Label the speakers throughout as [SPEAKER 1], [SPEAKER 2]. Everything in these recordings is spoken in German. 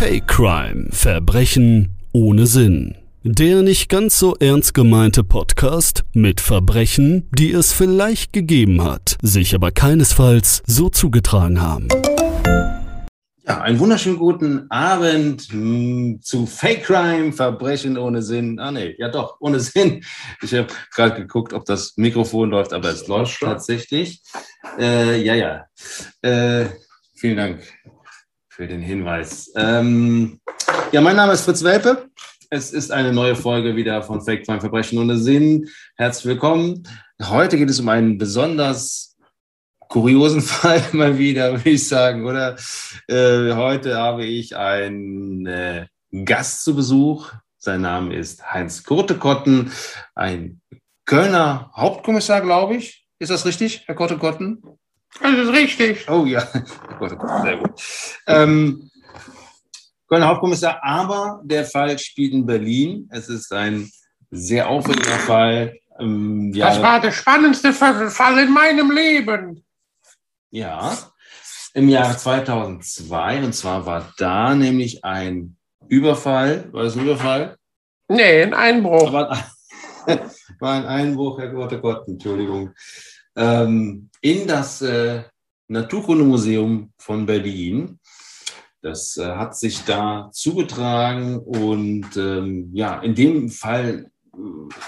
[SPEAKER 1] High Crime Verbrechen ohne Sinn. Der nicht ganz so ernst gemeinte Podcast mit Verbrechen, die es vielleicht gegeben hat, sich aber keinesfalls so zugetragen haben.
[SPEAKER 2] Ja, einen wunderschönen guten Abend mh, zu Fake Crime, Verbrechen ohne Sinn. Ah, nee, ja doch, ohne Sinn. Ich habe gerade geguckt, ob das Mikrofon läuft, aber es läuft tatsächlich. Äh, ja, ja. Äh, vielen Dank für den Hinweis. Ähm, ja, mein Name ist Fritz Welpe. Es ist eine neue Folge wieder von Fake Crime, Verbrechen ohne Sinn. Herzlich willkommen. Heute geht es um einen besonders kuriosen Fall mal wieder, würde ich sagen, oder? Äh, heute habe ich einen äh, Gast zu Besuch. Sein Name ist Heinz Kurtekotten, ein Kölner Hauptkommissar, glaube ich. Ist das richtig, Herr Kurtekotten?
[SPEAKER 3] Das ist richtig.
[SPEAKER 2] Oh ja, Herr Kurtekotten, sehr gut. Ähm, Kölner Hauptkommissar, aber der Fall spielt in Berlin. Es ist ein sehr aufregender Fall. Ähm, ja,
[SPEAKER 3] Das war der spannendste Ver- Fall in meinem Leben.
[SPEAKER 2] Ja, im Jahre 2002. Und zwar war da nämlich ein Überfall. War das ein Überfall?
[SPEAKER 3] Nee, ein Einbruch.
[SPEAKER 2] War ein, Oh. war ein Einbruch, Herr Gott, oh Gott, Entschuldigung. Ähm, in das äh, Naturkundemuseum von Berlin. Das äh, hat sich da zugetragen und ähm, ja, in dem Fall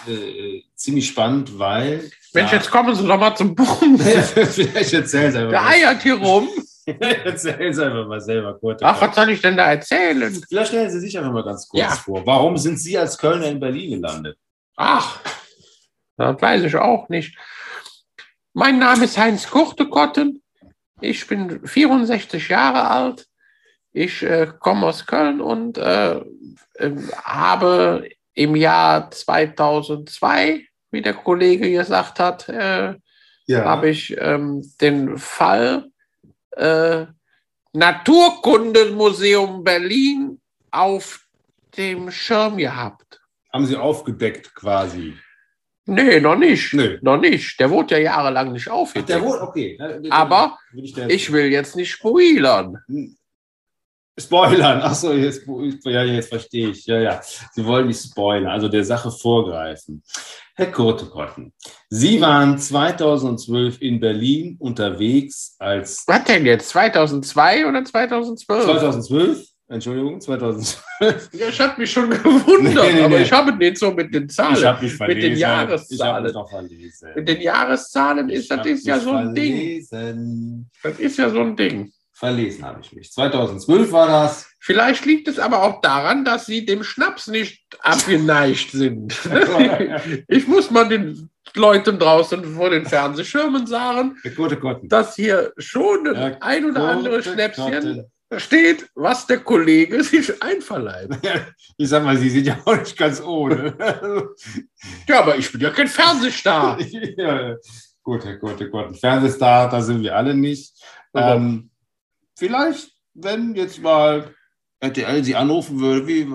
[SPEAKER 2] äh, ziemlich spannend, weil.
[SPEAKER 3] Mensch,
[SPEAKER 2] ja,
[SPEAKER 3] jetzt kommen Sie doch mal zum Punkt.
[SPEAKER 2] Vielleicht erzählen Sie
[SPEAKER 3] Der
[SPEAKER 2] einfach mal.
[SPEAKER 3] eiert hier rum.
[SPEAKER 2] Erzählen Sie einfach mal selber kurz.
[SPEAKER 3] Ach, was soll ich denn da erzählen?
[SPEAKER 2] Vielleicht stellen Sie sich einfach mal ganz kurz
[SPEAKER 3] Ja.
[SPEAKER 2] vor. Warum sind Sie als Kölner in Berlin gelandet?
[SPEAKER 3] Ach, das weiß ich auch nicht. Mein Name ist Heinz Kurtekotten. Ich bin 64 Jahre alt. Ich äh, komme aus Köln und äh, ähm, habe im Jahr 2002, wie der Kollege gesagt hat, äh, habe ich ähm, den Fall äh, Naturkundemuseum Berlin auf dem Schirm gehabt.
[SPEAKER 2] Haben Sie aufgedeckt quasi?
[SPEAKER 3] Nee, noch nicht.
[SPEAKER 2] Nö.
[SPEAKER 3] Noch nicht. Der wurde ja jahrelang nicht aufgedeckt.
[SPEAKER 2] wohl, okay. Na, den-
[SPEAKER 3] Aber
[SPEAKER 2] will ich, ich
[SPEAKER 3] ich will jetzt nicht spoilern.
[SPEAKER 2] spoilern. Achso, jetzt, ja, jetzt verstehe ich. Ja, ja. Sie wollen nicht spoilern, also der Sache vorgreifen. Herr Kurtekotten, Sie waren 2012 in Berlin unterwegs als
[SPEAKER 3] Was denn jetzt? 2002 oder 2012?
[SPEAKER 2] 2012, Entschuldigung, 2012.
[SPEAKER 3] Ja, Ich habe mich schon gewundert,
[SPEAKER 2] Nee, nee,
[SPEAKER 3] aber
[SPEAKER 2] nee.
[SPEAKER 3] ich habe nicht so mit den Zahlen.
[SPEAKER 2] hab mich
[SPEAKER 3] den Jahreszahlen.
[SPEAKER 2] Ich habe mich noch verlesen.
[SPEAKER 3] mit den Jahreszahlen ist das ist ja so ein Ding.
[SPEAKER 2] Ding.
[SPEAKER 3] Das ist ja so ein Ding.
[SPEAKER 2] Verlesen habe ich mich. 2012 war das.
[SPEAKER 3] Vielleicht liegt es aber auch daran, dass sie dem Schnaps nicht abgeneigt sind. ich muss mal den Leuten draußen vor den Fernsehschirmen sagen,
[SPEAKER 2] Der gute Kotten.
[SPEAKER 3] dass hier schon das
[SPEAKER 2] Ja,
[SPEAKER 3] ein oder andere
[SPEAKER 2] Gute
[SPEAKER 3] Schnäpschen
[SPEAKER 2] Kotten.
[SPEAKER 3] steht, was der Kollege sich einverleibt.
[SPEAKER 2] Ich sag mal, Sie sind ja auch nicht ganz ohne.
[SPEAKER 3] Ja, aber ich bin ja kein Fernsehstar.
[SPEAKER 2] ja. äh, Gut, Herr Gute Kotten. Fernsehstar, da sind wir alle nicht. Ähm, vielleicht, wenn jetzt mal RTL Sie anrufen würde, wie.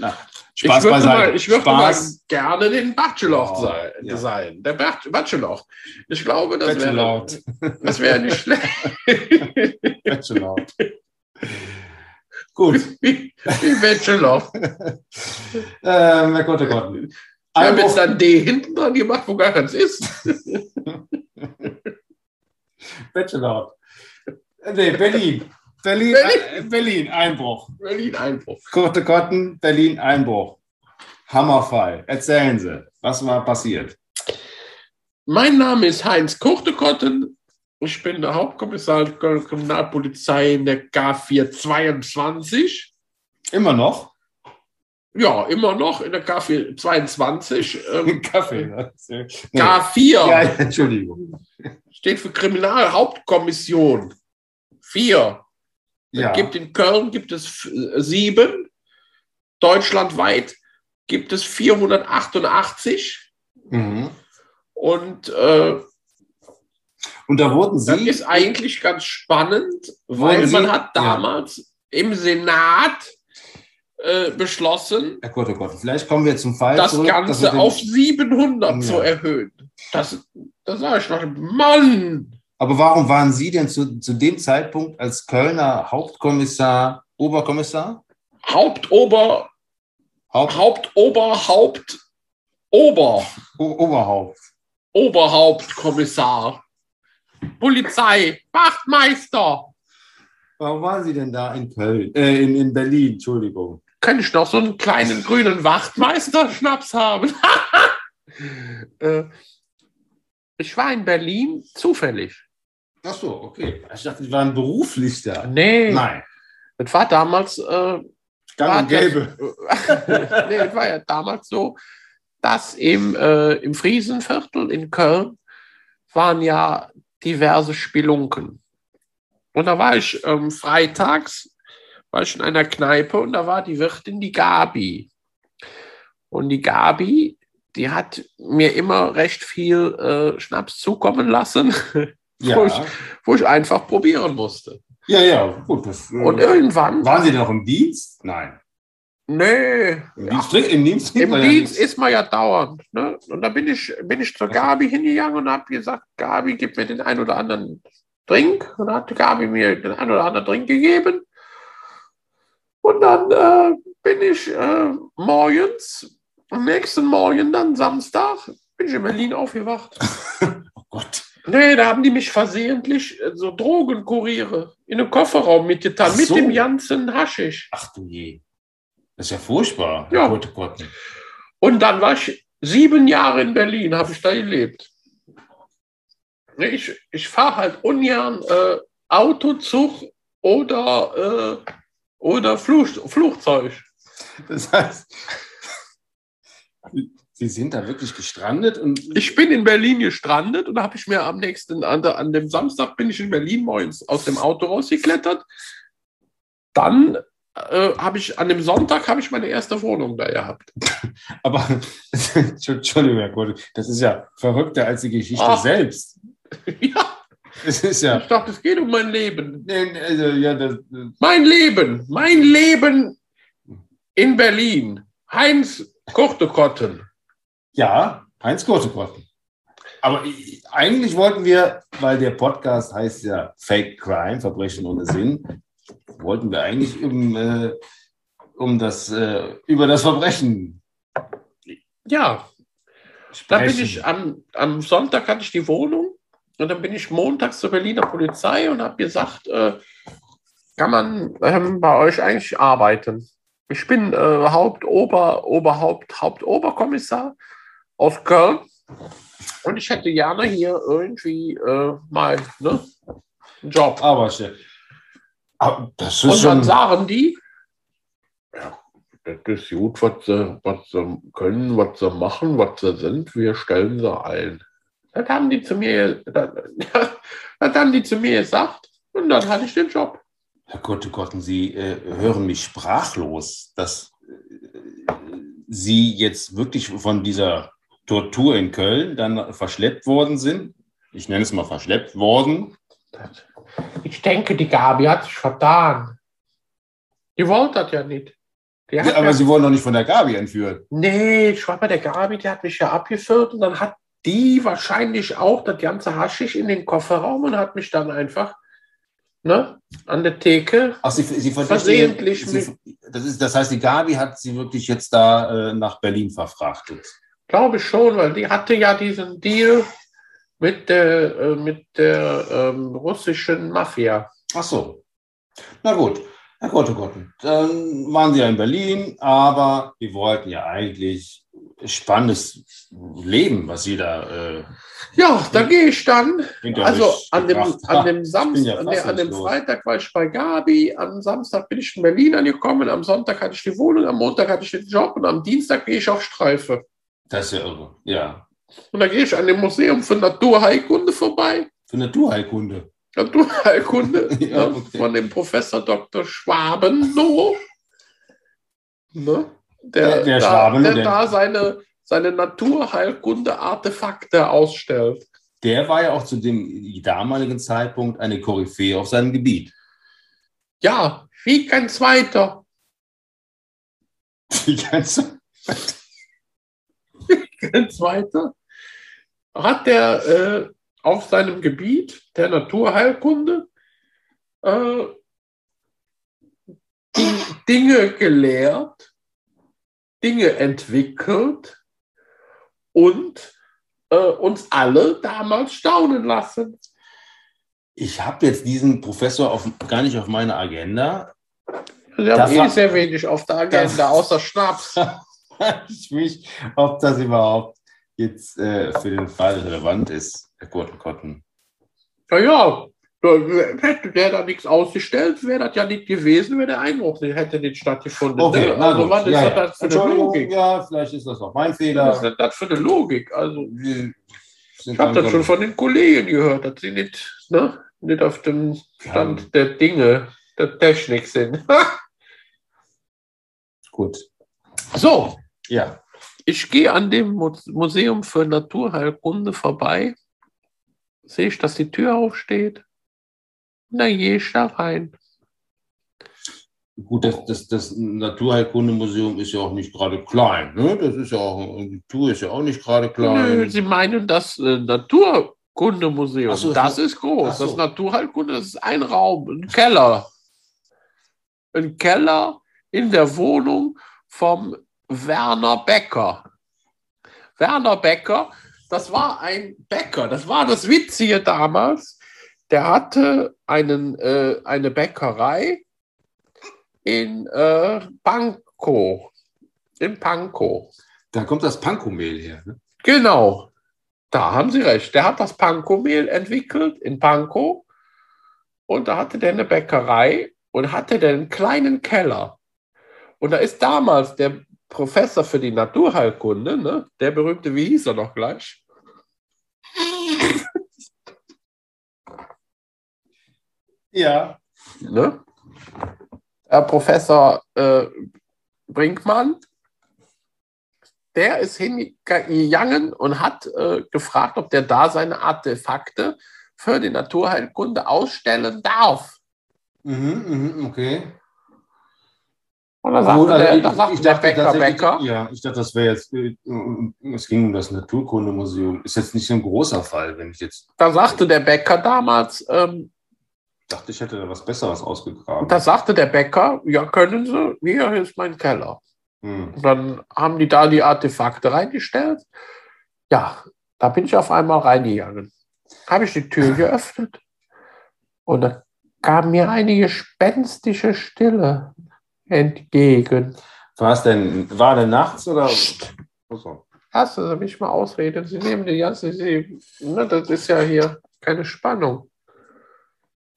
[SPEAKER 2] Na,
[SPEAKER 3] Ich
[SPEAKER 2] Spaß
[SPEAKER 3] würde, mal,
[SPEAKER 2] beiseite.
[SPEAKER 3] ich würde mal
[SPEAKER 2] Spaß.
[SPEAKER 3] gerne den Bachelor
[SPEAKER 2] Oh,
[SPEAKER 3] sein,
[SPEAKER 2] ja.
[SPEAKER 3] sein. Der Bach- Bachelor. Ich glaube, das wäre
[SPEAKER 2] Bachelor.
[SPEAKER 3] das wäre nicht schlecht.
[SPEAKER 2] Bachelor. Gut.
[SPEAKER 3] wie, wie Bachelor.
[SPEAKER 2] Ähm, Herr Gott, Gott.
[SPEAKER 3] Ich habe
[SPEAKER 2] Einbruch,
[SPEAKER 3] jetzt dann D hinten dran gemacht, wo gar keins ist.
[SPEAKER 2] Bachelor. Äh, Nee, Berlin. Berlin,
[SPEAKER 3] Berlin.
[SPEAKER 2] Äh, Berlin, Einbruch.
[SPEAKER 3] Berlin-Einbruch.
[SPEAKER 2] Kurte Kotten, Berlin, Einbruch. Hammerfall. Erzählen Sie, was war passiert?
[SPEAKER 3] Mein Name ist Heinz Kurtekotten. Ich bin der Hauptkommissar der Kölner Kriminalpolizei in der K422.
[SPEAKER 2] Immer noch?
[SPEAKER 3] Ja, immer noch in der K422. Ähm,
[SPEAKER 2] Kaffee. ne? Nee.
[SPEAKER 3] K4
[SPEAKER 2] Ja, Entschuldigung.
[SPEAKER 3] steht für Kriminalhauptkommission. Vier.
[SPEAKER 2] Ja.
[SPEAKER 3] Gibt in Köln gibt es f- äh, sieben. Deutschlandweit gibt es 488.
[SPEAKER 2] Mhm.
[SPEAKER 3] Und äh,
[SPEAKER 2] Und da wurden
[SPEAKER 3] Das
[SPEAKER 2] Sie.
[SPEAKER 3] ist eigentlich ganz spannend, weil
[SPEAKER 2] Wollen Sie-
[SPEAKER 3] man hat
[SPEAKER 2] Ja.
[SPEAKER 3] damals im Senat äh, beschlossen,
[SPEAKER 2] Herr Kurte Kotten, vielleicht kommen wir zum Fall
[SPEAKER 3] das
[SPEAKER 2] zurück. dass wir
[SPEAKER 3] Ganze
[SPEAKER 2] den-
[SPEAKER 3] auf 700
[SPEAKER 2] Ja.
[SPEAKER 3] zu erhöhen. Das, das sage ich mal, Mann,
[SPEAKER 2] Aber warum waren Sie denn zu, zu dem Zeitpunkt als Kölner Hauptkommissar, Oberkommissar?
[SPEAKER 3] Hauptober,
[SPEAKER 2] Haupt,
[SPEAKER 3] Hauptober, Haupt, Ober,
[SPEAKER 2] O- Oberhaupt.
[SPEAKER 3] Oberhauptkommissar, Polizei, Wachtmeister.
[SPEAKER 2] Warum waren Sie denn da in Köln? Äh, in, in Berlin, Entschuldigung.
[SPEAKER 3] Könnte ich noch so einen kleinen grünen Wachtmeister-Schnaps haben? äh, ich war in Berlin zufällig.
[SPEAKER 2] Ach so, okay. Ich dachte, Sie waren beruflich da.
[SPEAKER 3] Nee,
[SPEAKER 2] Nein,
[SPEAKER 3] das war damals äh,
[SPEAKER 2] gang und gäbe.
[SPEAKER 3] Das, nee, das war ja damals so, dass im, äh, im Friesenviertel in Köln waren ja diverse Spelunken. Und da war ich ähm, freitags, war ich in einer Kneipe und da war die Wirtin, die Gabi. Und die Gabi, die hat mir immer recht viel äh, Schnaps zukommen lassen,
[SPEAKER 2] Ja.
[SPEAKER 3] Wo ich- wo ich einfach probieren musste.
[SPEAKER 2] ja, ja, gut. Das, äh,
[SPEAKER 3] Und irgendwann,
[SPEAKER 2] waren Sie denn noch im Dienst? Nein.
[SPEAKER 3] nee,
[SPEAKER 2] Im Dienst, trinkt- im Dienst, trinkt
[SPEAKER 3] Im
[SPEAKER 2] man ja
[SPEAKER 3] Dienst
[SPEAKER 2] nichts.
[SPEAKER 3] ist man ja dauernd. Ne? Und da bin ich, bin ich zur Gabi hingegangen und habe gesagt, Gabi, gib mir den ein oder anderen Drink. Und dann hat Gabi mir den ein oder anderen Drink gegeben. Und dann äh, bin ich äh, morgens, am nächsten Morgen, dann Samstag, bin ich in Berlin aufgewacht.
[SPEAKER 2] Oh Gott.
[SPEAKER 3] Nee, da haben die mich versehentlich äh, so Drogenkuriere in den Kofferraum mitgetan,
[SPEAKER 2] Ach
[SPEAKER 3] mit
[SPEAKER 2] so.
[SPEAKER 3] dem ganzen Haschisch.
[SPEAKER 2] Ach du je. Das ist ja furchtbar.
[SPEAKER 3] Ja.
[SPEAKER 2] Gott, Gott.
[SPEAKER 3] Und dann war ich sieben Jahre in Berlin, habe ich da gelebt. Ne, Ich, ich fahre halt ungern äh, Auto, Zug oder, äh, oder Fluch, Flugzeug.
[SPEAKER 2] Das heißt, Sie sind da wirklich gestrandet und
[SPEAKER 3] Ich bin in Berlin gestrandet und da habe ich mir am nächsten, an, der, an dem Samstag bin ich in Berlin morgens aus dem Auto rausgeklettert. Dann äh, habe ich, an dem Sonntag habe ich meine erste Wohnung da gehabt.
[SPEAKER 2] aber Entschuldigung, Herr Gordon, das ist ja verrückter als die Geschichte
[SPEAKER 3] Ach.
[SPEAKER 2] selbst.
[SPEAKER 3] ja,
[SPEAKER 2] Es ist ja.
[SPEAKER 3] ich dachte, es geht um mein Leben.
[SPEAKER 2] Nee, nee, Also, ja, das,
[SPEAKER 3] Mein Leben, mein Leben in Berlin. Heinz Kurtekotten.
[SPEAKER 2] ja, Heinz Kurtekotten. Aber i- eigentlich wollten wir, weil der Podcast heißt ja Fake Crime, Verbrechen ohne Sinn, wollten wir eigentlich um, äh, um das, äh, über das Verbrechen
[SPEAKER 3] Ja, da bin
[SPEAKER 2] sprechen.
[SPEAKER 3] ich am, am Sonntag hatte ich die Wohnung und dann bin ich montags zur Berliner Polizei und habe gesagt, äh, kann man ähm, bei euch eigentlich arbeiten? Ich bin äh, Hauptober, Oberhaupt, Hauptoberkommissar aus Köln und ich hätte gerne hier irgendwie äh, mal ne, einen Job.
[SPEAKER 2] Aber Chef, ah, das ist
[SPEAKER 3] Und
[SPEAKER 2] schon.
[SPEAKER 3] dann sagen die, ja, das ist gut, was sie, was sie können, was sie machen, was sie sind, wir stellen sie ein. Das haben die zu mir, das, das haben die zu mir gesagt und dann hatte ich den Job.
[SPEAKER 2] Herr Kurtekotten, Sie äh, hören mich sprachlos, dass äh, Sie jetzt wirklich von dieser Tortur in Köln dann verschleppt worden sind. Ich nenne es mal verschleppt worden.
[SPEAKER 3] Ich denke, die Gabi hat sich vertan. Die wollte das ja nicht. Die hat
[SPEAKER 2] Ja,
[SPEAKER 3] mir-
[SPEAKER 2] aber Sie wurden doch nicht von der Gabi entführt.
[SPEAKER 3] Nee, ich war bei der Gabi, die hat mich ja abgeführt und dann hat die wahrscheinlich auch das ganze Haschisch in den Kofferraum und hat mich dann einfach ne, an der Theke.
[SPEAKER 2] Ach, Sie, Sie verdächtigen-
[SPEAKER 3] Versehentlich
[SPEAKER 2] Sie, das, ist, das heißt, die Gabi hat Sie wirklich jetzt da äh, nach Berlin verfrachtet.
[SPEAKER 3] Glaube ich schon, weil die hatte ja diesen Deal mit der, äh, mit der ähm, russischen Mafia.
[SPEAKER 2] Ach so. Na gut. Herr Kurtekotten, dann waren Sie ja in Berlin, aber wir wollten ja eigentlich spannendes Leben, was Sie da äh,
[SPEAKER 3] Ja, da gehe ich dann.
[SPEAKER 2] hinter
[SPEAKER 3] Also
[SPEAKER 2] sich
[SPEAKER 3] an dem,
[SPEAKER 2] Hm. gebracht
[SPEAKER 3] an
[SPEAKER 2] haben.
[SPEAKER 3] dem Samstag,
[SPEAKER 2] bin ja
[SPEAKER 3] an, der- an dem
[SPEAKER 2] fassungslos.
[SPEAKER 3] Freitag war ich bei Gabi, am Samstag bin ich in Berlin angekommen, am Sonntag hatte ich die Wohnung, am Montag hatte ich den Job und am Dienstag gehe ich auf Streife.
[SPEAKER 2] Das ist ja irre. Ja.
[SPEAKER 3] Und dann gehe ich an dem Museum für Naturheilkunde vorbei.
[SPEAKER 2] Für eine Naturheilkunde.
[SPEAKER 3] Naturheilkunde
[SPEAKER 2] Ja,
[SPEAKER 3] ne,
[SPEAKER 2] okay.
[SPEAKER 3] von dem Professor Dr. Schwabenloh. Ne? Der,
[SPEAKER 2] Der- der
[SPEAKER 3] da,
[SPEAKER 2] Schwaben,
[SPEAKER 3] der,
[SPEAKER 2] der-
[SPEAKER 3] da seine, seine Naturheilkunde-Artefakte ausstellt.
[SPEAKER 2] Der war ja auch zu dem damaligen Zeitpunkt eine Koryphäe auf seinem Gebiet.
[SPEAKER 3] Ja, wie kein zweiter.
[SPEAKER 2] Die ganze-
[SPEAKER 3] Kein zweiter. Hat der äh, auf seinem Gebiet der Naturheilkunde äh, Ding- Dinge gelehrt, Dinge entwickelt und äh, uns alle damals staunen lassen.
[SPEAKER 2] Ich habe jetzt diesen Professor auf, gar nicht auf meiner Agenda.
[SPEAKER 3] Sie haben
[SPEAKER 2] Das
[SPEAKER 3] eh
[SPEAKER 2] war-
[SPEAKER 3] sehr wenig auf der Agenda,
[SPEAKER 2] Das-
[SPEAKER 3] außer Schnaps.
[SPEAKER 2] ich mich, ob das überhaupt jetzt äh, für den Fall relevant ist, Herr Gurtenkotten.
[SPEAKER 3] Naja, hätte der da nichts ausgestellt, wäre das ja nicht gewesen, wenn der Einbruch nicht- hätte nicht stattgefunden.
[SPEAKER 2] Okay,
[SPEAKER 3] ne?
[SPEAKER 2] na
[SPEAKER 3] also
[SPEAKER 2] gut.
[SPEAKER 3] was ist
[SPEAKER 2] ja, ja.
[SPEAKER 3] das für eine
[SPEAKER 2] Entschuldigung,
[SPEAKER 3] Logik?
[SPEAKER 2] ja, vielleicht ist das auch mein
[SPEAKER 3] Was
[SPEAKER 2] Fehler.
[SPEAKER 3] ist denn das für eine Logik? Also
[SPEAKER 2] Wir sind
[SPEAKER 3] Ich habe das
[SPEAKER 2] langsam-
[SPEAKER 3] schon von den Kollegen gehört, dass sie nicht, ne, nicht auf dem Stand
[SPEAKER 2] Ja.
[SPEAKER 3] der Dinge, der Technik sind.
[SPEAKER 2] Gut.
[SPEAKER 3] so,
[SPEAKER 2] Ja.
[SPEAKER 3] ich gehe an dem Mu- Museum für Naturheilkunde vorbei. Sehe ich, dass die Tür aufsteht. Na, gehe ich da rein.
[SPEAKER 2] Gut, das, das, das Naturheilkundemuseum ist ja auch nicht gerade klein. Ne? Das ist ja auch, und die Tour ist ja auch nicht gerade
[SPEAKER 3] Nö,
[SPEAKER 2] klein.
[SPEAKER 3] sie meinen das äh, Naturkundemuseum.
[SPEAKER 2] Ach so,
[SPEAKER 3] das
[SPEAKER 2] das-
[SPEAKER 3] ist groß.
[SPEAKER 2] ach so.
[SPEAKER 3] Das Naturheilkunde das ist ein Raum, ein Keller. Ein Keller in der Wohnung vom Werner Becker. Werner Becker, das war ein Bäcker. Das war das Witzige damals. Der hatte einen, äh, eine Bäckerei in äh, Pankow. In Pankow.
[SPEAKER 2] da kommt das Pankomehl her. Ne?
[SPEAKER 3] Genau, da haben Sie recht. Der hat das Panko-Mehl entwickelt in Pankow und da hatte der eine Bäckerei und hatte der einen kleinen Keller. Und da ist damals der Professor für die Naturheilkunde, ne, der berühmte, wie hieß er noch gleich?
[SPEAKER 2] Ja.
[SPEAKER 3] ne? Herr Professor äh, Brinkmann, der ist hingegangen und hat äh, gefragt, ob der da seine Artefakte für die Naturheilkunde ausstellen darf.
[SPEAKER 2] Mhm, mhm, okay.
[SPEAKER 3] Und da
[SPEAKER 2] Gut,
[SPEAKER 3] sagte
[SPEAKER 2] also
[SPEAKER 3] der,
[SPEAKER 2] ich-
[SPEAKER 3] da sagte
[SPEAKER 2] ich
[SPEAKER 3] der
[SPEAKER 2] dachte
[SPEAKER 3] Bäcker,
[SPEAKER 2] tatsächlich-
[SPEAKER 3] Bäcker,
[SPEAKER 2] Ja, ich dachte, das wäre jetzt, äh, es ging um das Naturkundemuseum. Ist jetzt nicht so ein großer Fall, wenn ich jetzt
[SPEAKER 3] da sagte der Bäcker damals, ähm,
[SPEAKER 2] dachte, ich hätte da was Besseres ausgegraben.
[SPEAKER 3] da sagte der Bäcker, ja können Sie, hier ist mein Keller.
[SPEAKER 2] Hm.
[SPEAKER 3] Und dann haben die da die Artefakte reingestellt. Ja, da bin ich auf einmal reingegangen. Habe ich die Tür geöffnet und da kam mir eine gespenstische Stille entgegen.
[SPEAKER 2] War es denn, war denn nachts oder?
[SPEAKER 3] Psst.
[SPEAKER 2] Achso.
[SPEAKER 3] Lassen Sie mich also mal ausreden. Sie nehmen die ganze, Sie, ne, das ist ja hier keine Spannung.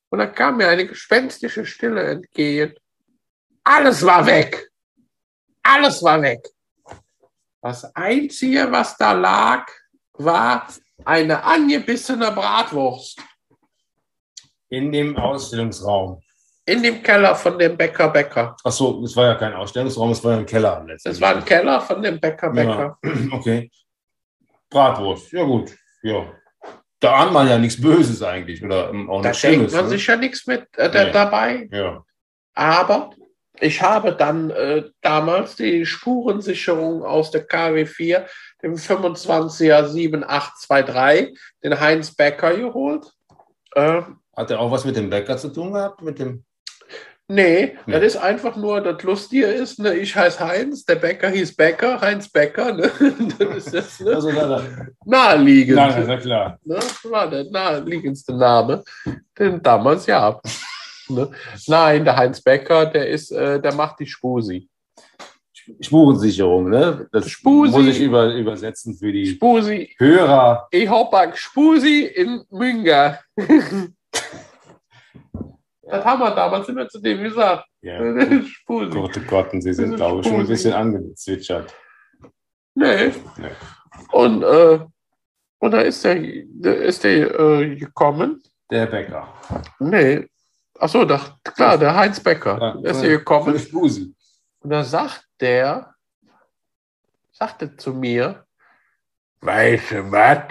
[SPEAKER 3] Und da kam mir eine gespenstische Stille entgegen. Alles war weg. Alles war weg. Das Einzige, was da lag, war eine angebissene Bratwurst
[SPEAKER 2] In dem Ausstellungsraum.
[SPEAKER 3] in dem Keller von dem Bäcker Bäcker.
[SPEAKER 2] Achso, es war ja kein Ausstellungsraum, es war ja ein Keller letztendlich.
[SPEAKER 3] Das war ein Keller von dem Bäcker Bäcker.
[SPEAKER 2] Okay. Bratwurst, ja gut. Ja. Da ahnt man ja nichts Böses eigentlich oder ähm, auch
[SPEAKER 3] Da
[SPEAKER 2] nichts
[SPEAKER 3] schenkt
[SPEAKER 2] Schlimmes.
[SPEAKER 3] man
[SPEAKER 2] ne?
[SPEAKER 3] sich ja nichts mit äh, da-
[SPEAKER 2] Nee.
[SPEAKER 3] dabei.
[SPEAKER 2] Ja.
[SPEAKER 3] Aber ich habe dann äh, damals die Spurensicherung aus der KW4, dem 25er 7823, den Heinz Becker geholt. Äh,
[SPEAKER 2] Hat er auch was mit dem Bäcker zu tun gehabt? Mit dem
[SPEAKER 3] nee,
[SPEAKER 2] Nee.
[SPEAKER 3] das ist einfach nur, das Lustige ist, ne, ich heiße Heinz, der Bäcker hieß Becker, Heinz Becker, ne? das ist das ne?
[SPEAKER 2] Also, da, da.
[SPEAKER 3] naheliegend.
[SPEAKER 2] Nein, also- das ist ja klar.
[SPEAKER 3] Ne? Das war der naheliegendste Name, den damals ja. Ne? Nein, der Heinz Becker, der ist, äh, der macht die Spusi.
[SPEAKER 2] Spurensicherung, ne? Das
[SPEAKER 3] Spusi.
[SPEAKER 2] muss ich über, übersetzen für die
[SPEAKER 3] Spusi
[SPEAKER 2] Hörer.
[SPEAKER 3] Ich hab einen Spusi in Münga. das haben wir damals immer zu dem gesagt.
[SPEAKER 2] Ja.
[SPEAKER 3] Spusi.
[SPEAKER 2] Gurte Kotten, Sie sind, glaube ich, schon ein bisschen angezwitschert.
[SPEAKER 3] Nee.
[SPEAKER 2] Nee.
[SPEAKER 3] Und, äh, und da ist der, da ist der äh, gekommen.
[SPEAKER 2] Der Bäcker.
[SPEAKER 3] Nee. Achso, da, klar, der Heinz Becker.
[SPEAKER 2] Ja.
[SPEAKER 3] Da ist der
[SPEAKER 2] Von
[SPEAKER 3] gekommen.
[SPEAKER 2] Spusi.
[SPEAKER 3] Und da sagt der, sagte zu mir, weißt du was,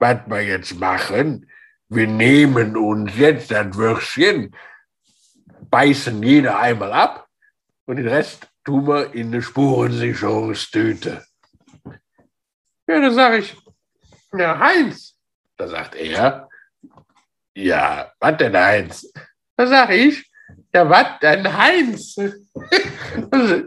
[SPEAKER 3] was wir jetzt machen? Wir nehmen uns jetzt das Würstchen, beißen jeder einmal ab und den Rest tun wir in eine Spurensicherungstüte. Ja, da sage ich, ja Heinz, Da sagt er, ja, was denn Heinz? Da sag ich, ja, was denn Heinz? also
[SPEAKER 2] Das ist,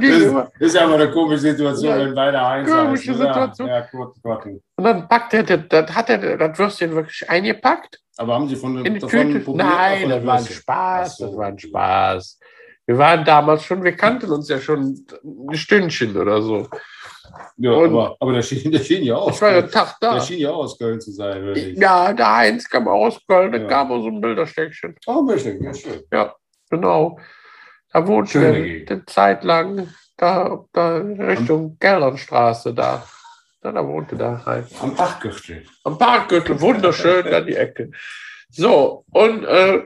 [SPEAKER 3] gegenüber.
[SPEAKER 2] das ist aber eine komische Situation,
[SPEAKER 3] Ja,
[SPEAKER 2] wenn beide eins
[SPEAKER 3] komische
[SPEAKER 2] heißen, oder?
[SPEAKER 3] Situation.
[SPEAKER 2] Ja, gut, Gott.
[SPEAKER 3] Und dann packt er, das- das hat er das Würstchen wirklich eingepackt
[SPEAKER 2] Aber haben Sie von
[SPEAKER 3] in die
[SPEAKER 2] dem
[SPEAKER 3] Tüte. Nein, das war ein Spaß,
[SPEAKER 2] Ach so.
[SPEAKER 3] das war ein Spaß. Wir waren damals schon, wir kannten uns ja schon ein Stündchen oder so.
[SPEAKER 2] Ja,
[SPEAKER 3] Und-
[SPEAKER 2] aber, aber der, schien, der schien ja auch.
[SPEAKER 3] Ich war ja einen Tag
[SPEAKER 2] der
[SPEAKER 3] da.
[SPEAKER 2] schien Oh. ja auch aus Köln zu sein, würde ich.
[SPEAKER 3] Ja, der Heinz kam aus Köln, da
[SPEAKER 2] Ja.
[SPEAKER 3] gab es so ein Bilderstäckchen.
[SPEAKER 2] Oh, ein bisschen, ja, schön.
[SPEAKER 3] Genau. Da wohnten
[SPEAKER 2] Schöne
[SPEAKER 3] wir
[SPEAKER 2] Gegend.
[SPEAKER 3] eine Zeit lang da, da Richtung Gellernstraße da. Da, da wohnte da rein.
[SPEAKER 2] Am Bachgürtel.
[SPEAKER 3] Am Parkgürtel, wunderschön, da die Ecke. So, und äh,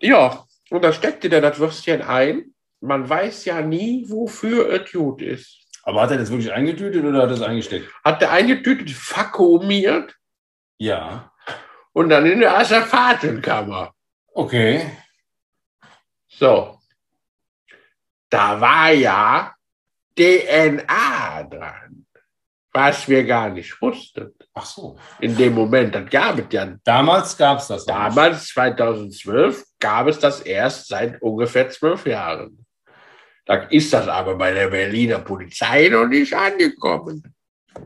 [SPEAKER 3] ja, und da steckte der das Würstchen ein. Man weiß ja nie, wofür es gut ist.
[SPEAKER 2] Aber hat er das wirklich eingetütet oder hat er das eingesteckt?
[SPEAKER 3] Hat der eingetütet, vakuumiert
[SPEAKER 2] Ja.
[SPEAKER 3] und dann in die Asservatenkammer.
[SPEAKER 2] Okay.
[SPEAKER 3] So. Da war ja DNA dran, was wir gar nicht wussten.
[SPEAKER 2] Ach so.
[SPEAKER 3] In dem Moment, das gab es ja
[SPEAKER 2] Damals gab es das. noch nicht.
[SPEAKER 3] Damals, 2012, gab es das erst seit ungefähr zwölf Jahren. Da ist das aber bei der Berliner Polizei noch nicht angekommen.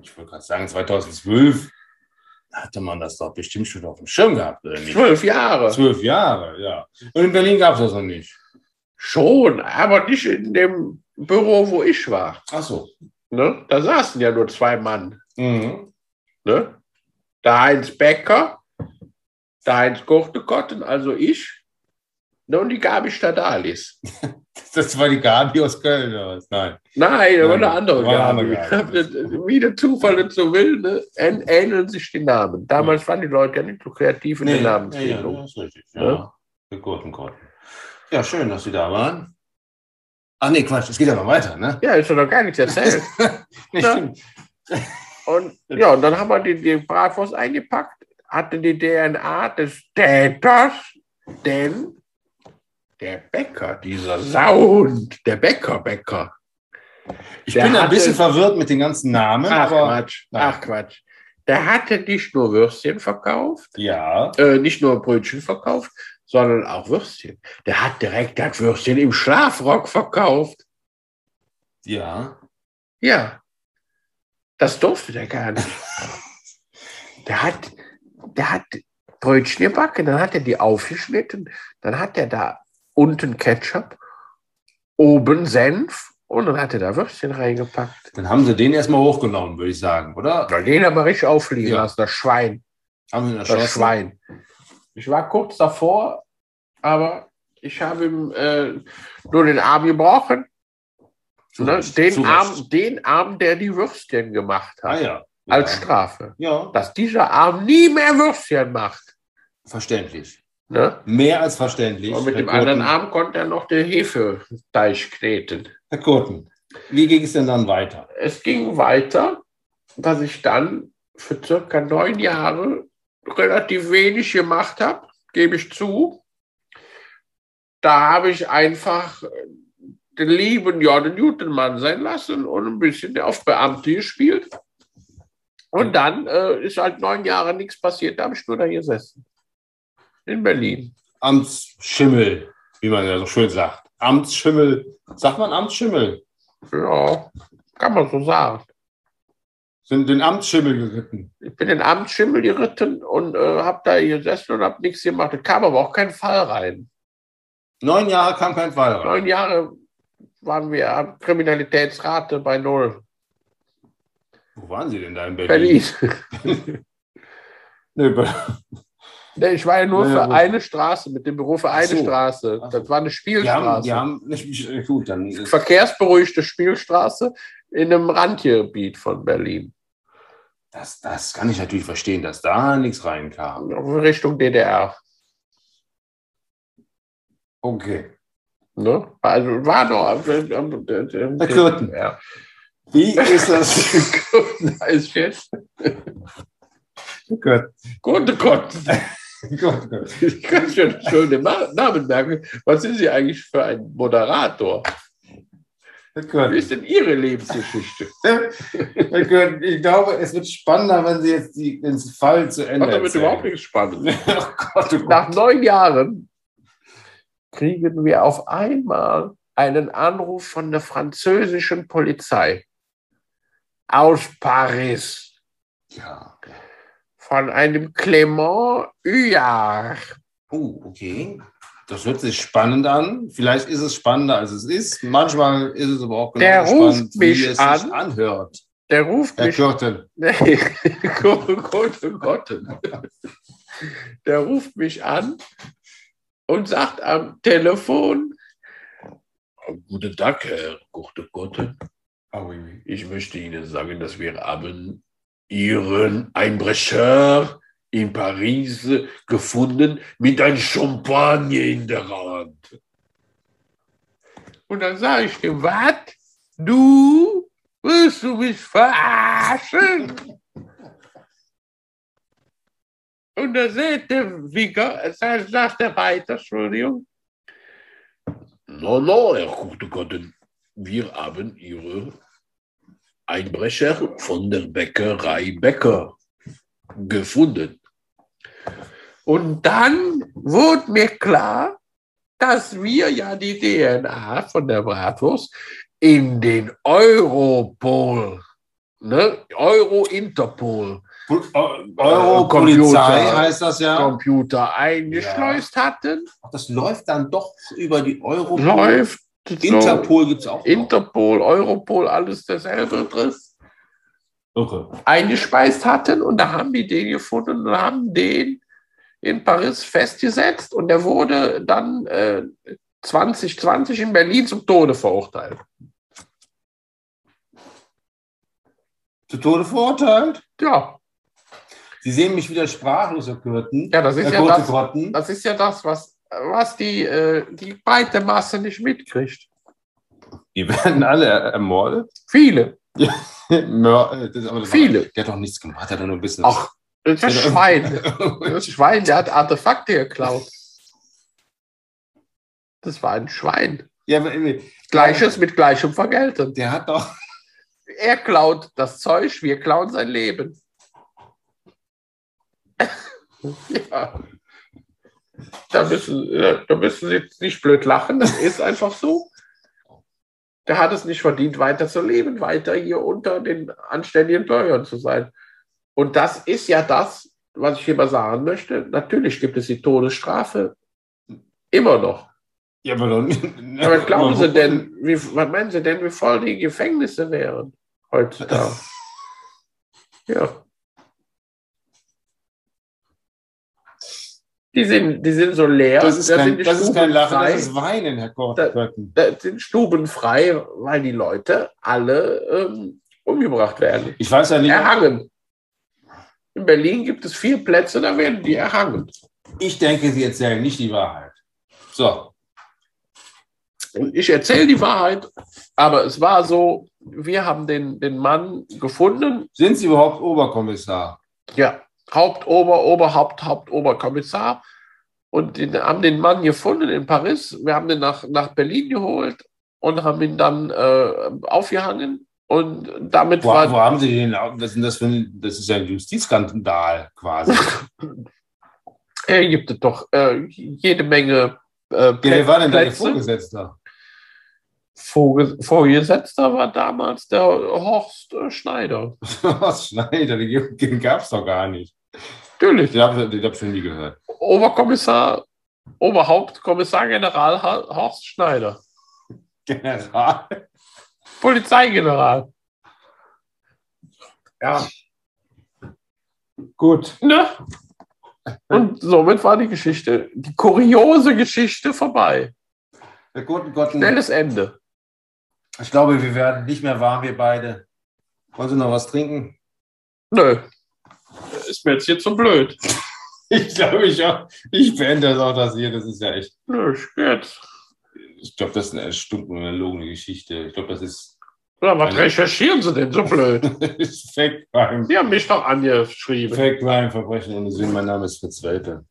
[SPEAKER 2] Ich wollte gerade sagen, 2012 hatte man das doch bestimmt schon auf dem Schirm gehabt, oder nicht?
[SPEAKER 3] Zwölf Jahre.
[SPEAKER 2] Zwölf Jahre, ja. Und in Berlin gab es das noch nicht.
[SPEAKER 3] Schon, aber nicht in dem Büro, wo ich war.
[SPEAKER 2] Ach so.
[SPEAKER 3] Ne? Da saßen ja nur zwei Mann.
[SPEAKER 2] Mhm.
[SPEAKER 3] Ne? Der Heinz Becker, der Heinz Gurtekotten, also ich. Ne? Und die Gabi Stadalis.
[SPEAKER 2] Das war die Gabi aus Köln oder was? Nein.
[SPEAKER 3] Nein, aber eine
[SPEAKER 2] Nein,
[SPEAKER 3] andere
[SPEAKER 2] war eine
[SPEAKER 3] Gabi.
[SPEAKER 2] andere
[SPEAKER 3] Wie der Zufall es so will, ne, ähn- ähneln sich die Namen. Damals waren die Leute ja nicht so kreativ in der
[SPEAKER 2] ja,
[SPEAKER 3] Namensfindung.
[SPEAKER 2] ja, das ist richtig.
[SPEAKER 3] Ja.
[SPEAKER 2] Ja. Für Gurten, Gurten. Ja, schön, dass Sie da waren. Ach nee, Quatsch, es geht ja noch weiter, ne?
[SPEAKER 3] Ja, ist doch noch gar nichts erzählt.
[SPEAKER 2] Nee,
[SPEAKER 3] Ja.
[SPEAKER 2] stimmt.
[SPEAKER 3] Und ja, und dann haben wir die, die Bratwurst eingepackt, hatte die DNA des Täters, denn der Bäcker, dieser Sound, der Bäcker, Bäcker.
[SPEAKER 2] Ich
[SPEAKER 3] Der
[SPEAKER 2] bin ein
[SPEAKER 3] hatte-
[SPEAKER 2] bisschen verwirrt mit den ganzen Namen,
[SPEAKER 3] Ach
[SPEAKER 2] aber
[SPEAKER 3] Quatsch,
[SPEAKER 2] Nein.
[SPEAKER 3] ach Quatsch. Der hatte nicht nur Würstchen verkauft,
[SPEAKER 2] ja.
[SPEAKER 3] äh, nicht nur Brötchen verkauft, sondern auch Würstchen. Der hat direkt das Würstchen im Schlafrock verkauft.
[SPEAKER 2] Ja.
[SPEAKER 3] Ja. Das durfte der gar nicht. Der hat, der hat Brötchen gebacken, dann hat er die aufgeschnitten, dann hat er da unten Ketchup, oben Senf und dann hat er da Würstchen reingepackt.
[SPEAKER 2] Dann haben sie den erstmal hochgenommen, würde ich sagen, oder?
[SPEAKER 3] Soll den aber richtig auffliegen
[SPEAKER 2] Ja.
[SPEAKER 3] lassen, das Schwein.
[SPEAKER 2] Haben sie ihn
[SPEAKER 3] Das
[SPEAKER 2] erschossen?
[SPEAKER 3] Schwein. Ich war kurz davor, aber ich habe ihm äh, nur den Arm gebrochen.
[SPEAKER 2] Zu
[SPEAKER 3] Ne?
[SPEAKER 2] Recht, zu
[SPEAKER 3] Den,
[SPEAKER 2] Recht.
[SPEAKER 3] Arm, den Arm, der die Würstchen gemacht
[SPEAKER 2] Ah
[SPEAKER 3] hat,
[SPEAKER 2] ja. Ja.
[SPEAKER 3] als Strafe.
[SPEAKER 2] ja,
[SPEAKER 3] Dass dieser Arm nie mehr Würstchen macht.
[SPEAKER 2] verständlich.
[SPEAKER 3] Ne?
[SPEAKER 2] Mehr als verständlich.
[SPEAKER 3] Und mit
[SPEAKER 2] Herr
[SPEAKER 3] dem anderen
[SPEAKER 2] Kurten.
[SPEAKER 3] Arm konnte er noch den Hefeteig kneten.
[SPEAKER 2] Herr Kurten, wie ging es denn dann weiter?
[SPEAKER 3] Es ging weiter, dass ich dann für circa neun Jahre relativ wenig gemacht habe, gebe ich zu. Da habe ich einfach äh, den lieben Jordan Newton-Mann sein lassen und ein bisschen auf Beamte gespielt. Und dann äh, ist halt neun Jahre nichts passiert, da habe ich nur da gesessen. In Berlin.
[SPEAKER 2] Amtsschimmel, wie man ja so schön sagt. Amtsschimmel. Sagt man Amtsschimmel?
[SPEAKER 3] Ja, kann man so sagen.
[SPEAKER 2] Sind den Amtsschimmel geritten.
[SPEAKER 3] Ich bin in den Abendschimmel geritten und äh, habe da gesessen und habe nichts gemacht. Da kam aber auch kein Fall rein.
[SPEAKER 2] Neun Jahre kam kein Fall rein.
[SPEAKER 3] Neun Jahre waren wir an Kriminalitätsrate bei null.
[SPEAKER 2] Wo waren Sie denn da in Berlin?
[SPEAKER 3] Berlin.
[SPEAKER 2] Nee, Be-
[SPEAKER 3] Nee, ich war ja nur
[SPEAKER 2] Naja,
[SPEAKER 3] für
[SPEAKER 2] gut.
[SPEAKER 3] eine Straße, mit dem Büro für eine
[SPEAKER 2] so.
[SPEAKER 3] Straße.
[SPEAKER 2] Ach so.
[SPEAKER 3] Das war eine
[SPEAKER 2] Die haben,
[SPEAKER 3] Spielstraße.
[SPEAKER 2] die haben nicht, gut, dann ist,
[SPEAKER 3] Verkehrsberuhigte Spielstraße in einem Randgebiet von Berlin.
[SPEAKER 2] das, das kann ich natürlich verstehen, dass da nichts reinkam.
[SPEAKER 3] Richtung DDR.
[SPEAKER 2] Okay.
[SPEAKER 3] Ne? Also war doch. Der
[SPEAKER 2] Kürten.
[SPEAKER 3] äh, Ja.
[SPEAKER 2] Wie ist das?
[SPEAKER 3] Da ist jetzt.
[SPEAKER 2] Gut,
[SPEAKER 3] Gute Gott.
[SPEAKER 2] gut, gut.
[SPEAKER 3] Ich kann schon schön den Ma- Namen merken. Was sind Sie eigentlich für ein Moderator?
[SPEAKER 2] Das gehört.
[SPEAKER 3] Wie ist denn Ihre Lebensgeschichte?
[SPEAKER 2] Das gehört. Ich glaube, es wird spannender, wenn Sie jetzt die, den Fall zu Ende
[SPEAKER 3] Hat damit
[SPEAKER 2] erzählen.
[SPEAKER 3] überhaupt nichts Spannendes.
[SPEAKER 2] Oh Gott, oh Gott.
[SPEAKER 3] Nach neun Jahren kriegen wir auf einmal einen Anruf von der französischen Polizei aus Paris.
[SPEAKER 2] Ja.
[SPEAKER 3] von einem Clement Huillard.
[SPEAKER 2] Oh, okay. Das hört sich spannend an. Vielleicht ist es spannender, als es ist. Manchmal ist es aber auch genau
[SPEAKER 3] Der
[SPEAKER 2] so
[SPEAKER 3] ruft
[SPEAKER 2] spannend,
[SPEAKER 3] mich
[SPEAKER 2] wie es
[SPEAKER 3] an.
[SPEAKER 2] sich anhört.
[SPEAKER 3] Der ruft
[SPEAKER 2] Herr
[SPEAKER 3] mich.
[SPEAKER 2] Kürtel.
[SPEAKER 3] Nee, Gott, oh Gott, Gott. Der ruft mich an und sagt am Telefon: Guten Tag, Herr Gute Gott.
[SPEAKER 2] Oh, oui, oui.
[SPEAKER 3] Ich möchte Ihnen sagen, dass wir haben Ihren Einbrecher in Paris gefunden mit einem Champagner in der Hand. Und dann sage ich dem, was? Du? Willst du mich verarschen? Und da sagt der Vicar, äh, sagt sagt der Reiter, Entschuldigung. No, no, Herr gute Gott, wir haben Ihre Einbrecher von der Bäckerei Bäcker gefunden. Und dann wurde mir klar, dass wir ja die DNA von der Bratwurst in den Europol, ne, Euro-Interpol
[SPEAKER 2] Pol- Eu- Europolizei
[SPEAKER 3] Computer.
[SPEAKER 2] heißt das ja.
[SPEAKER 3] Computer eingeschleust hatten,
[SPEAKER 2] Ach, Das läuft dann doch über die Euro.
[SPEAKER 3] läuft so
[SPEAKER 2] Interpol gibt es auch. noch.
[SPEAKER 3] Interpol, Europol, alles dasselbe drin.
[SPEAKER 2] Irre.
[SPEAKER 3] eingespeist hatten und da haben die den gefunden und haben den in Paris festgesetzt und der wurde dann äh, 2020 in Berlin zum Tode verurteilt.
[SPEAKER 2] Zu Tode verurteilt.
[SPEAKER 3] Ja,
[SPEAKER 2] Sie sehen mich wieder sprachlos, Herr Kürten.
[SPEAKER 3] ja das ist
[SPEAKER 2] Herr
[SPEAKER 3] ja
[SPEAKER 2] Kurte
[SPEAKER 3] das,
[SPEAKER 2] Grotten.
[SPEAKER 3] das ist ja das, was, was die, äh, die breite Masse nicht mitkriegt.
[SPEAKER 2] Die werden alle er- ermordet.
[SPEAKER 3] Viele,
[SPEAKER 2] Mör- äh, das- aber das-
[SPEAKER 3] Viele.
[SPEAKER 2] Der hat doch nichts gemacht, der hat doch nur ein bisschen.
[SPEAKER 3] ach, das ist ein Schwein. Das Schwein, der hat Artefakte geklaut. Das war ein Schwein.
[SPEAKER 2] ja, aber irgendwie,
[SPEAKER 3] Gleiches mit gleichem Vergelten.
[SPEAKER 2] der hat doch.
[SPEAKER 3] Er klaut das Zeug, wir klauen sein Leben. ja. Da müssen, äh, da müssen Sie jetzt nicht blöd lachen, das ist einfach so. Der hat es nicht verdient, weiter zu leben, weiter hier unter den anständigen Bürgern zu sein. Und das ist ja das, was ich immer sagen möchte. Natürlich gibt es die Todesstrafe immer noch.
[SPEAKER 2] Ja, aber doch.
[SPEAKER 3] Ja, was glauben Sie denn, wie, was meinen Sie denn, wie voll die Gefängnisse wären heutzutage? ja. Die sind, die sind so leer.
[SPEAKER 2] Das ist,
[SPEAKER 3] da
[SPEAKER 2] kein,
[SPEAKER 3] sind die
[SPEAKER 2] das ist
[SPEAKER 3] Stuben
[SPEAKER 2] kein Lachen,
[SPEAKER 3] frei,
[SPEAKER 2] das ist Weinen, Herr Kor-
[SPEAKER 3] Da-
[SPEAKER 2] Kürten.
[SPEAKER 3] da sind Stuben frei, weil die Leute alle ähm, umgebracht werden.
[SPEAKER 2] Ich weiß ja nicht,
[SPEAKER 3] Erhangen. In Berlin gibt es vier Plätze, da werden die erhangen.
[SPEAKER 2] ich denke, Sie erzählen nicht die Wahrheit. So,
[SPEAKER 3] Und ich erzähle die Wahrheit, aber es war so, wir haben den, den Mann gefunden,
[SPEAKER 2] sind Sie überhaupt Oberkommissar?
[SPEAKER 3] ja, Hauptober, Oberhaupt, Hauptoberkommissar und den, haben den Mann gefunden in Paris. Wir haben den nach, nach Berlin geholt und haben ihn dann äh, aufgehangen und damit
[SPEAKER 2] Wo,
[SPEAKER 3] war
[SPEAKER 2] wo haben Sie den? Was ist denn das für ein, das ist ja ein Justizskandal quasi.
[SPEAKER 3] er gibt es doch äh, jede Menge äh,
[SPEAKER 2] Ja, Wer war denn dein
[SPEAKER 3] Plätze.
[SPEAKER 2] Vorgesetzter?
[SPEAKER 3] Vorge- Vorgesetzter war damals der Horst äh, Schneider.
[SPEAKER 2] Was Schneider, den, den gab es doch gar nicht.
[SPEAKER 3] Natürlich.
[SPEAKER 2] Den habe ich hab schon nie gehört.
[SPEAKER 3] Oberkommissar, Oberhauptkommissar General Ha- Horst Schneider,
[SPEAKER 2] General.
[SPEAKER 3] Polizeigeneral. Ja.
[SPEAKER 2] Gut.
[SPEAKER 3] Ne? Und somit war die Geschichte, die kuriose Geschichte vorbei.
[SPEAKER 2] Herr Gurtengotten,
[SPEAKER 3] Schnelles Ende.
[SPEAKER 2] ich glaube, wir werden nicht mehr warm, wir beide. Wollen Sie noch was trinken?
[SPEAKER 3] Nö. Ist mir jetzt hier zu blöd.
[SPEAKER 2] Ich glaube, ich, auch- ich beende das auch das hier. Das ist ja echt.
[SPEAKER 3] Nö, ich geh jetzt.
[SPEAKER 2] Ich glaube, das ist eine stundenlogene Geschichte. Ich glaube, das ist,
[SPEAKER 3] Ja, was recherchieren Sie denn so blöd?
[SPEAKER 2] das ist Fact Crime.
[SPEAKER 3] Sie haben mich doch angeschrieben.
[SPEAKER 2] Fact Crime, Verbrechen ohne Sinn. Mein Name ist Fritz Welpe.